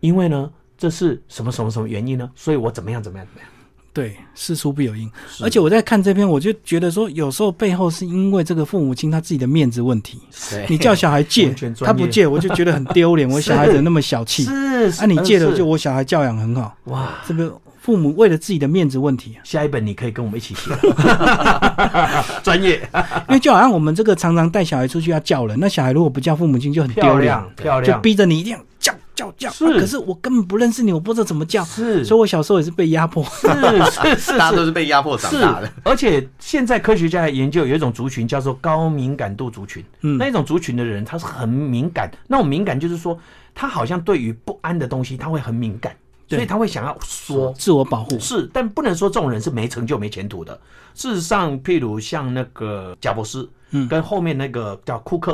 B: 因为呢，这是什么什么什么原因呢？所以我怎么样怎么样怎么样。
A: 对，事出必有因。而且我在看这篇，我就觉得说，有时候背后是因为这个父母亲他自己的面子问题。
C: 对
A: 你叫小孩借
B: 哎完全，专
A: 他
B: 业
A: 不借，我就觉得很丢 脸。我小孩怎么那么小气？
B: 是
A: 啊，你借了
B: 是
A: 就我小孩教养很好，
B: 哇，
A: 这个父母为了自己的面子问题啊，
B: 下一本你可以跟我们一 起写，专业、
A: 因为就好像我们这个常常带小孩出去要叫人，那小孩如果不叫父母亲就很
B: 漂
A: 丢脸，
B: 亮、漂
A: 就
B: 亮，
A: 逼着你一定要叫叫叫。
B: 是
A: 啊可是我根本不认识你，我不知道怎么叫，
B: 是
A: 所以我小时候也是被压迫。
B: 是是是
C: 大家都是被压迫长
B: 是
C: 大的。，
B: 而且现在科学家还研究有一种族群叫做高敏感度族群，
A: 嗯
B: 那一种族群的人他是很敏感，那种敏感就是说他好像对于不安的东西他会很敏感，
A: 对
B: 所以他会想要说，
A: 自我保护，
B: 是，但不能说这种人是没成就、没前途的。事实上，譬如像那个贾博士，
A: 嗯
B: 跟后面那个叫库克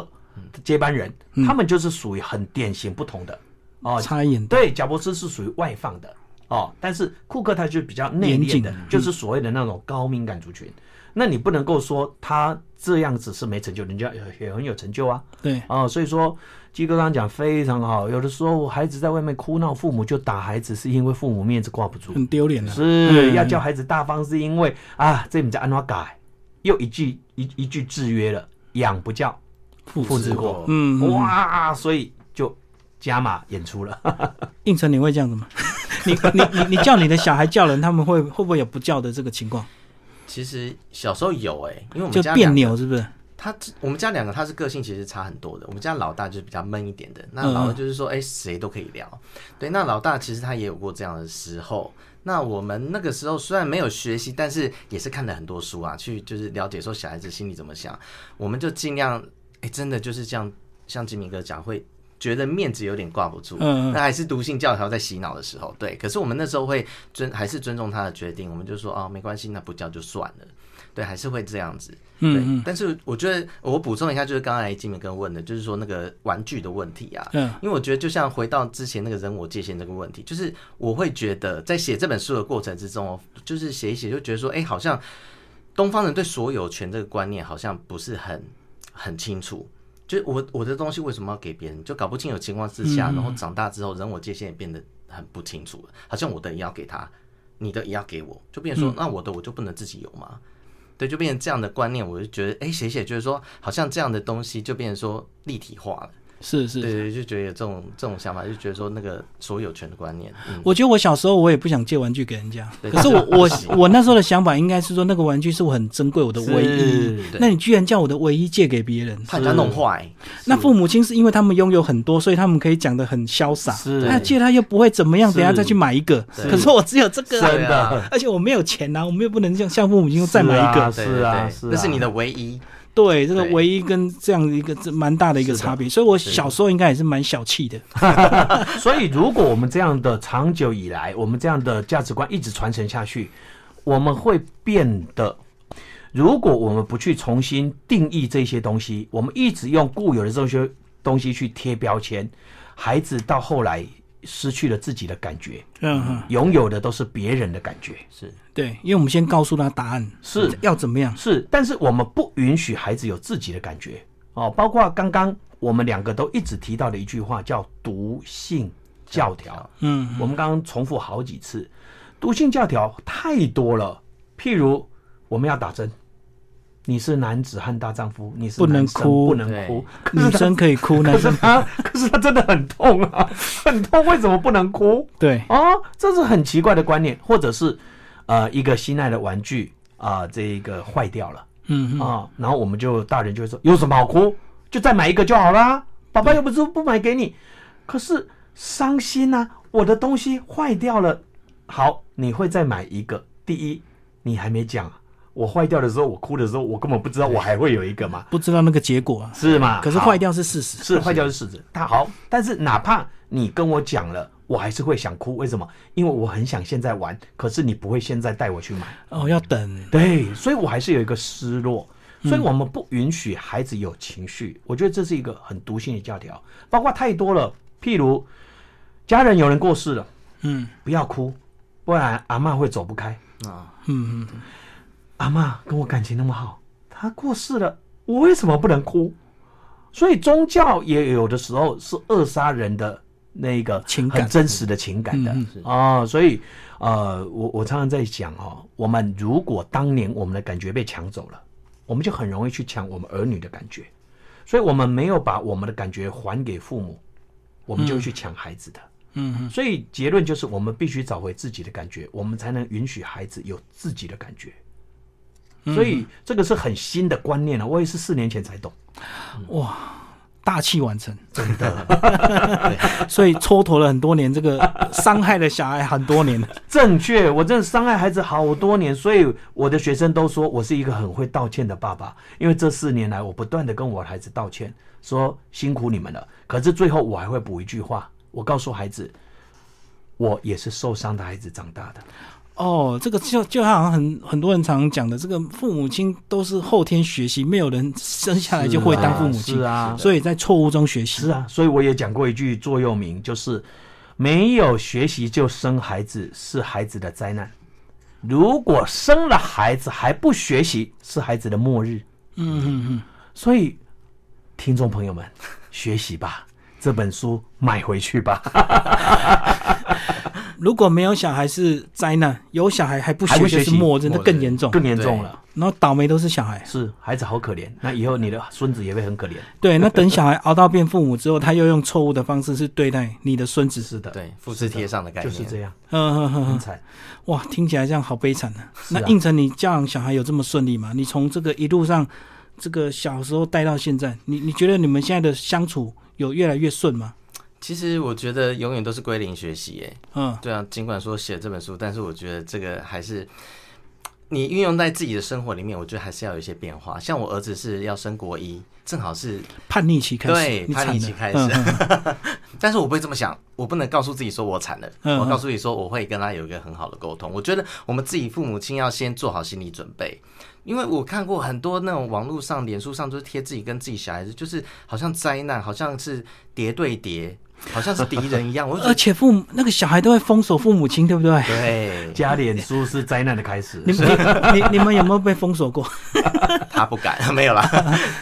B: 的接班人，他们就是属于很典型不同的哦。
A: 差一眼的，
B: 对，贾博士是属于外放的哦，但是库克他就比较内
A: 严
B: 敛
A: 谨嗯
B: 的
A: 的，
B: 就是所谓的那种高敏感族群。那你不能够说他这样子是没成就，人家也也很有成就啊。
A: 对，
B: 啊、所以说鸡哥刚刚讲非常好，有的时候孩子在外面哭闹，父母就打孩子，是因为父母面子挂不住。
A: 很丢脸的。
B: 是
A: 嗯
B: 要教孩子大方，是因为啊，这名叫安拉改，又一句一一句制约了，养不教，父之过。
A: 嗯，嗯
B: 哇，所以就加码演出了。
A: 应成你会这样子吗？你你你你叫你的小孩叫人，他们会会不会有不叫的这个情况？
C: 其实小时候有哎、因为我们
A: 就
C: 家
A: 别
C: 两
A: 扭是不是？
C: 他我们家两个他是个性其实差很多的，我们家老大就是比较闷一点的，那
A: 嗯
C: 老二就是说，哎、谁都可以聊。对，那老大其实他也有过这样的时候。那我们那个时候虽然没有学习，但是也是看了很多书啊，去就是了解说小孩子心里怎么想，我们就尽量，哎、真的就是这样，像吉米哥讲，会觉得面子有点挂不住，
A: 嗯嗯
C: 那还是读信教条在洗脑的时候，对。可是我们那时候会尊，还是尊重他的决定，我们就说哦，没关系，那不教就算了，对，还是会这样子。对，
A: 嗯
C: 但是我觉得我补充一下，就是刚才金明哥问的，就是说那个玩具的问题啊，
A: 嗯
C: 因为我觉得就像回到之前那个人我界限这个问题，就是我会觉得在写这本书的过程之中哦，就是写一写就觉得说，哎、好像东方人对所有权这个观念好像不是很很清楚。就是我我的东西为什么要给别人？就搞不清楚情况之下，然后长大之后，人我界限也变得很不清楚了。好像我的也要给他，你的也要给我，就变成说，那我的我就不能自己有吗？对，就变成这样的观念，我就觉得，哎、写写就是说，好像这样的东西就变成说立体化了。
A: 是是
C: 对对，就觉得有这种这种想法，就觉得说那个所有权的观念，嗯，
A: 我觉得我小时候我也不想借玩具给人家，
C: 对
A: 可是我
C: 这
A: 我
C: 是不行
A: 我那时候的想法应该是说，那个玩具是我很珍贵我的唯一，
B: 是
C: 对
A: 那你居然叫我的唯一借给别人，
C: 怕人家弄坏，
A: 那父母亲是因为他们拥有很多，所以他们可以讲得很潇洒，
B: 是
A: 那借他又不会怎么样，
B: 是
A: 等下再去买一个，
C: 对
A: 可是我只有这个啊、
B: 真的，
A: 而且我没有钱呐、啊，我们又不能像像父母亲又再买一个，
B: 是啊
C: 对对
B: 啊
C: 对
B: 是啊
C: 那是你的唯一，
A: 对，这个
C: 对
A: 唯一跟这样的一个这蛮大的一个差别，所以我小时候应该也是蛮小气的，
B: 所以，如果我们这样的长久以来，我们这样的价值观一直传承下去，我们会变得，如果我们不去重新定义这些东西，我们一直用固有的这些东西去贴标签，孩子到后来失去了自己的感觉，
A: 嗯哼，
B: 拥有的都是别人的感觉。
C: 是
A: 对，因为我们先告诉他答案
B: 是
A: 要怎么样，
B: 是，但是我们不允许孩子有自己的感觉哦。包括刚刚我们两个都一直提到的一句话，叫“读性教条”。啊
A: 嗯，
B: 我们刚刚重复好几次，毒性教条太多了。譬如我们要打针，你是男子汉大丈夫，你是
A: 不能
B: 男生
A: 哭
B: 不能
C: 对
B: 哭。可
A: 女
B: 是他，
A: 生可以哭，男
B: 可是
A: 生
B: 他，可是他真的很痛啊， 很痛，为什么不能哭？
A: 对。
B: 啊，这是很奇怪的观念，或者是呃一个心爱的玩具啊、这个坏掉了
A: 嗯哼，
B: 啊，然后我们就大人就会说有什么好哭，就再买一个就好啦，爸爸又不是不买给你，可是伤心啊，我的东西坏掉了，好，你会再买一个，第一你还没讲。我坏掉的时候，我哭的时候，我根本不知道我还会有一个嘛，
A: 不知道那个结果啊。
B: 是吗？
A: 可是
B: 好
A: 坏掉是事实，
B: 是坏掉是柿子，他好，但是哪怕你跟我讲了，我还是会想哭。为什么？因为我很想现在玩，可是你不会现在带我去买，
A: 哦，要等，
B: 对，所以我还是有一个失落。所以我们不允许孩子有情绪，我觉得这是一个很毒性的教条，包括太多了。譬如家人有人过世了，
A: 嗯
B: 不要哭，不然阿嬷会走不开。
C: 啊，
A: 嗯嗯，
B: 阿嬷跟我感情那么好，她过世了，我为什么不能哭？所以宗教也有的时候是扼杀人的那个
A: 情感
B: 很真实的情感的
A: 嗯
B: 哦。所以呃，我我常常在讲哦，我们如果当年我们的感觉被抢走了，我们就很容易去抢我们儿女的感觉，所以我们没有把我们的感觉还给父母，我们就会去抢孩子的。
A: 嗯嗯，
B: 所以结论就是，我们必须找回自己的感觉，我们才能允许孩子有自己的感觉。所以这个是很新的观念了、啊我也是四年前才懂。
A: 嗯大器晚成，真的。 所以蹉跎了很多年，这个伤害了小孩很多年。
B: 正确，我真的伤害孩子好多年，所以我的学生都说我是一个很会道歉的爸爸，因为这四年来我不断的跟我的孩子道歉，说辛苦你们了。可是最后我还会补一句话，我告诉孩子，我也是受伤的孩子长大的。
A: 哦，这个就就好像很很多人常讲的，这个父母亲都是后天学习，没有人生下来就会当父母亲，
B: 是啊，
A: 所以在错误中学习。
B: 是啊，所以我也讲过一句座右铭，就是没有学习就生孩子是孩子的灾难，如果生了孩子还不学习是孩子的末日。
A: 嗯嗯嗯，
B: 所以，听众朋友们，学习吧， 这本书买回去吧，
A: 如果没有小孩是灾难，有小孩还不
B: 还
A: 学
B: 不学
A: 就
B: 习
A: 是末日，那
C: 末日
A: 更严重。
B: 更严重了。
A: 然后倒霉都是小孩，
B: 是孩子好可怜，那以后你的孙子也会很可怜。
A: 对。那等小孩熬到变父母之后，他又用错误的方式去对待你的孙子。
B: 是的，
C: 对，复制贴上的概
B: 就
C: 念
B: 是这样，
A: 嗯哼哼
B: 很
A: 哼，
B: 惨。
A: 哇，听起来这样好悲惨啊！
B: 是啊
A: 那应成，你教养小孩有这么顺利吗？你从这个一路上，这个小时候带到现在，你你觉得你们现在的相处有越来越顺吗？
C: 其实我觉得永远都是归零学习，哎，
A: 嗯，
C: 对啊，尽管说写这本书，但是我觉得这个还是你运用在自己的生活里面，我觉得还是要有一些变化。像我儿子是要升国一，正好是
A: 叛逆期开始，
C: 对
A: 你惨
C: 叛逆
A: 了
C: 期开始
A: 嗯嗯
C: 但是我不会这么想，我不能告诉自己说我惨了，
A: 嗯
C: 我告诉自己说我会跟他有一个很好的沟通。我觉得我们自己父母亲要先做好心理准备，因为我看过很多那种网络上、脸书上就是贴自己跟自己小孩子，就是好像灾难，好像是叠对叠，好像是敌人一样。我就觉
A: 而
C: 得
A: 且父母那个小孩都会封锁父母亲，对不 对？
C: 对
B: 加脸书是灾难的开始。
A: 你你你你们有没有被封锁过？
C: 他不敢，没有啦，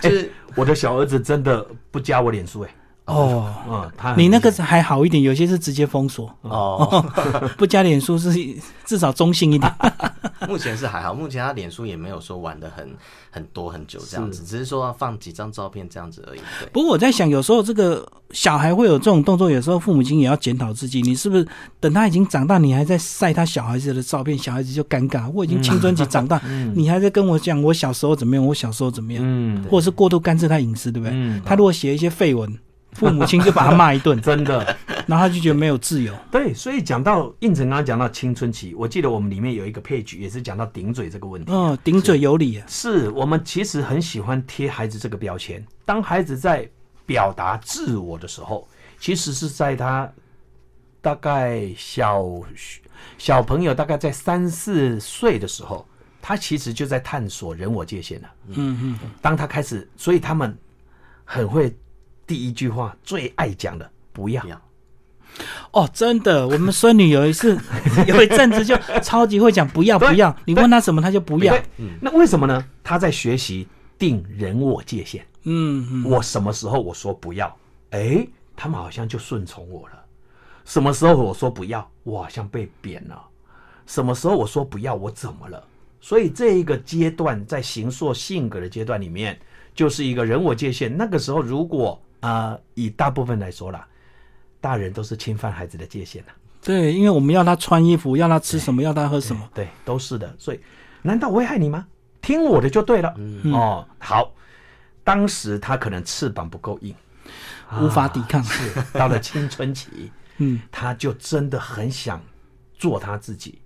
C: 就是
B: 哎我的小儿子真的不加我脸书哎、
A: 哦，
B: 嗯，他很
A: 你那个是还好一点，有些是直接封锁，
C: 哦，
A: 不加脸书是至少中性一点。
C: 目前是还好，目前他脸书也没有说玩的很很多很久这样子，只是说放几张照片这样子而已。对，
A: 不过我在想，有时候这个小孩会有这种动作，有时候父母亲也要检讨自己，你是不是等他已经长大，你还在晒他小孩子的照片，小孩子就尴
B: 嗯
A: 尬。我已经青春期长 大，你还在跟我讲我小时候怎么样，我小时候怎么样，
B: 嗯
A: 或者是过度干涉他隐私，对不对？
B: 嗯，，
A: 他如果写一些绯闻，父母亲就把他骂一顿
B: 真的
A: 然后他就觉得没有自由。
B: 对。所以讲到应成刚刚讲到青春期，我记得我们里面有一个配角也是讲到顶嘴这个问题。
A: 嗯，顶嘴有理啊。
B: 是我们其实很喜欢贴孩子这个标签。当孩子在表达自我的时候，其实是在他大概小学小朋友大概在三四岁的时候，他其实就在探索人我界限了。
A: 嗯嗯，
B: 当他开始，所以他们很会第一句话最爱讲的“不要
C: 一样。
A: 哦，真的，我们孙女有一次 有一阵子就超级会讲不要不要，你问她什么她就”，不要
B: 对。那为什么呢？他在学习定人我界限。
A: 嗯嗯，
B: 我什么时候我说不要，哎，他们好像就顺从我了。什么时候我说不要，我好像被贬了。什么时候我说不要，我怎么了？所以这一个阶段，在形塑性格的阶段里面，就是一个人我界限。那个时候，如果呃，以大部分来说啦，大人都是侵犯孩子的界限啦，啊
A: 对，因为我们要她穿衣服，要她吃什么，要她喝什么。
B: 对，都是的。所以，难道我会害你吗？听我的就对了。哦，好。当时他可能翅膀不够硬，
A: 无法抵抗
B: 是到了青春期，
A: 嗯，
B: 他就真的很想做他自己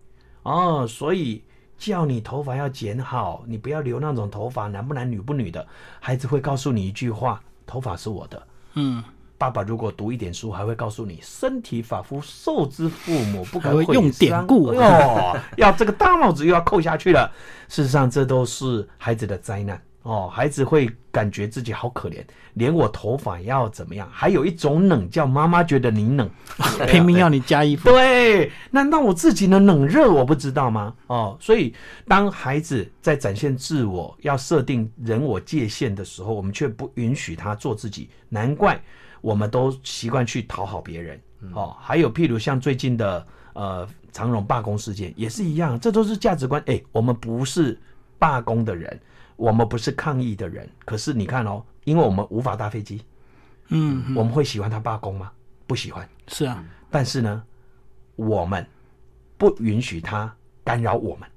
B: 哦，所以叫你头发要剪好，你不要留那种头发，男不男女不女的，孩子会告诉你一句话：头发是我的。
A: 嗯，
B: 爸爸如果读一点书，还会告诉你：身体发肤受之父母，不
A: 还
B: 可
A: 会
B: 毁
A: 用
B: 伤
A: 典故啊
B: 哦， 要这个大帽子又要扣下去了。事实上，这都是孩子的灾难哦。孩子会感觉自己好可怜，连我头发要怎么样？还有一种冷，叫妈妈觉得你冷。
A: 拼命要你加衣服。
B: 对，难道我自己能冷热我不知道吗？哦，所以当孩子在展现自我、要设定人我界限的时候，我们却不允许他做自己，难怪我们都习惯去讨好别人。哦，还有譬如像最近的呃长荣罢工事件也是一样，这都是价值观。哎，我们不是罢工的人，我们不是抗议的人，可是你看哦，因为我们无法搭飞机，
A: 嗯，
B: 我们会喜欢他罢工吗？不喜欢。
A: 是啊，
B: 但是呢，我们不允许他干扰我们，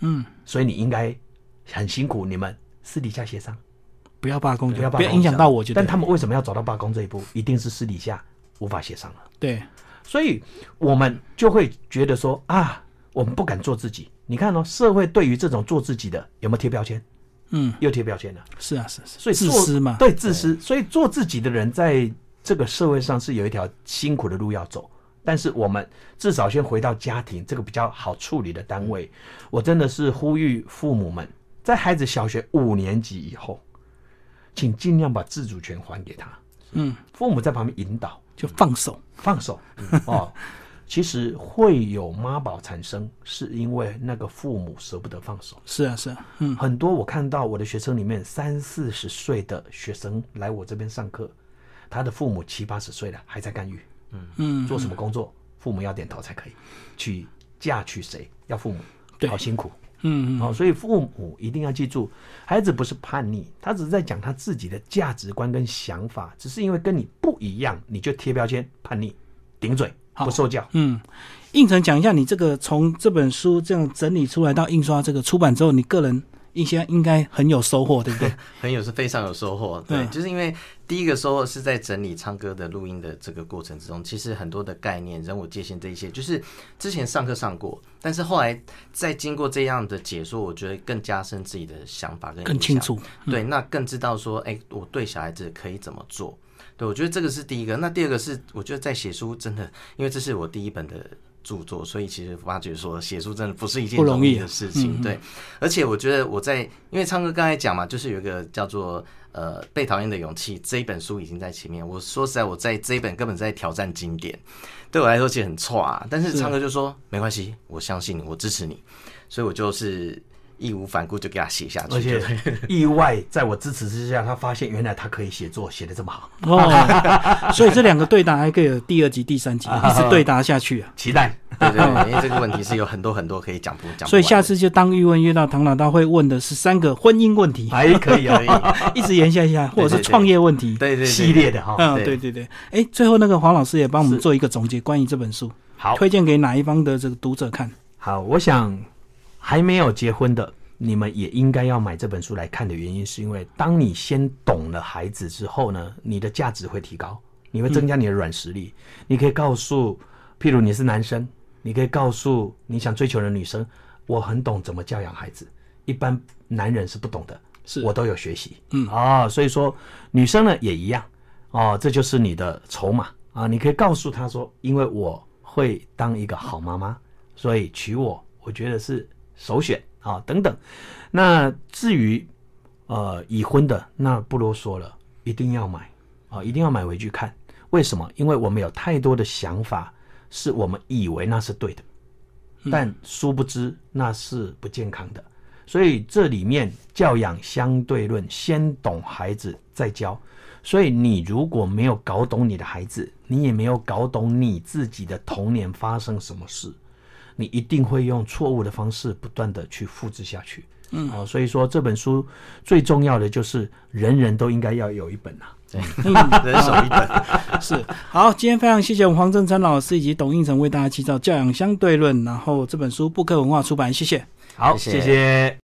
A: 嗯，
B: 所以你应该很辛苦，你们私底下协商，
A: 不要罢工就
B: 不要罢
A: 嗯不
B: 工
A: 要影响到我就对
B: 但
A: 了。
B: 他们为什么要走到罢工这一步？一定是私底下无法协商了，
A: 对，
B: 所以我们就会觉得说啊，我们不敢做自己。你看哦，社会对于这种做自己的有没有贴标签？
A: 嗯，
B: 又贴标签了。
A: 是啊，是啊是啊
B: 所以
A: 自
B: 做
A: 私嘛。
B: 对自私，所以做自己的人在这个社会上是有一条辛苦的路要走。但是我们至少先回到家庭这个比较好处理的单位，我真的是呼吁父母们，在孩子小学五年级以后，请尽量把自主权还给他，
A: 嗯，
B: 父母在旁边引导
A: 就放手。
B: 放手哦。其实会有妈宝产生，是因为那个父母舍不得放手。
A: 是啊，是啊，嗯，
B: 很多我看到我的学生里面三四十岁的学生来我这边上课，他的父母七八十岁了还在干预，
A: 嗯
B: 做什么工作，父母要点头才可以，娶嫁娶谁要父母，
A: 对
B: 好辛苦。
A: 嗯嗯，
B: 哦，所以父母一定要记住，孩子不是叛逆，他只是在讲他自己的价值观跟想法，只是因为跟你不一样，你就贴标签叛逆、顶嘴、
A: 好
B: 不受教。
A: 嗯，应成讲一下你这个从这本书这样整理出来到印刷这个出版之后，你个人应该应该很有收获，对 不对？
C: 很有是非常有收获，对，
A: 嗯
C: 就是因为第一个收获是在整理唱歌的录音的这个过程之中，其实很多的概念、人我界限这一些，就是之前上课上过，但是后来再经过这样的解说，我觉得更加深自己的想法跟
A: 更
C: 印
A: 清
C: 象
A: 楚。
C: 对，那更知道说，哎、我对小孩子可以怎么做。对，我觉得这个是第一个。那第二个是，我觉得在写书真的，因为这是我第一本的著作，所以其实发觉说写书真的不是一件
A: 不容易
C: 易的事情。对，而且我觉得我在，因为唱歌刚才讲嘛，就是有一个叫做呃《被讨厌的勇气》这一本书已经在前面。我说实在，我在这一本根本在挑战经典，对我来说其实很挫啊。但是
A: 是
C: 唱歌就说没关系，我相信你，我支持你，所以我就是义无反顾就给他写下去。
B: 而且
C: 就
B: 意外在我支持之下，他发现原来他可以写作，写的这么好，
A: 哦， 所以这两个对答还可以有第二集、第三集，一直对答下去啊。
B: 期待。
C: 对对， 对，因为这个问题是有很多很多可以讲不讲不完的，
A: 所以下次就当玉问约到唐老大会问的是三个婚姻问题，
B: 还可以
C: 可以
B: 啊，，
A: 一直延下下，或者
C: 对
A: 是
C: 对对
A: 创业问题。
C: 对对对
B: 系列的哈。
A: 嗯，对
C: 对
A: 对对。哎，最后那个黄老师也帮我们
B: 是
A: 做一个总结，关于这本书，
B: 好
A: 推荐给哪一方的这个读者 看？
B: 好，我想还没有结婚的，你们也应该要买这本书来看的原因，是因为当你先懂了孩子之后呢，你的价值会提高，你会增加你的软实力，你可以告诉，譬如你是男生，你可以告诉你想追求的女生，我很懂怎么教养孩子，一般男人是不懂的，
A: 是
B: 我都有学习，嗯啊、所以说女生呢也一样，哦，这就是你的筹码啊！你可以告诉他说，因为我会当一个好妈妈，所以娶我，我觉得是首选啊，等等。那至于呃已婚的，那不啰嗦了，一定要买啊，一定要买回去看。为什么？因为我们有太多的想法，是我们以为那是对的，但殊不知那是不健康的。所以这里面教养相对论，先懂孩子再教。所以你如果没有搞懂你的孩子，你也没有搞懂你自己的童年发生什么事，你一定会用错误的方式不断的去复制下去。嗯，哦，所以说这本书最重要的就是人人都应该要有一本啊。
C: 人手一本。
A: 是好，今天非常谢谢我们黄正昌老师以及董应成为大家介绍《教养相对论》，然后这本书布克文化出版，谢谢。
B: 好，
C: 谢谢
B: 谢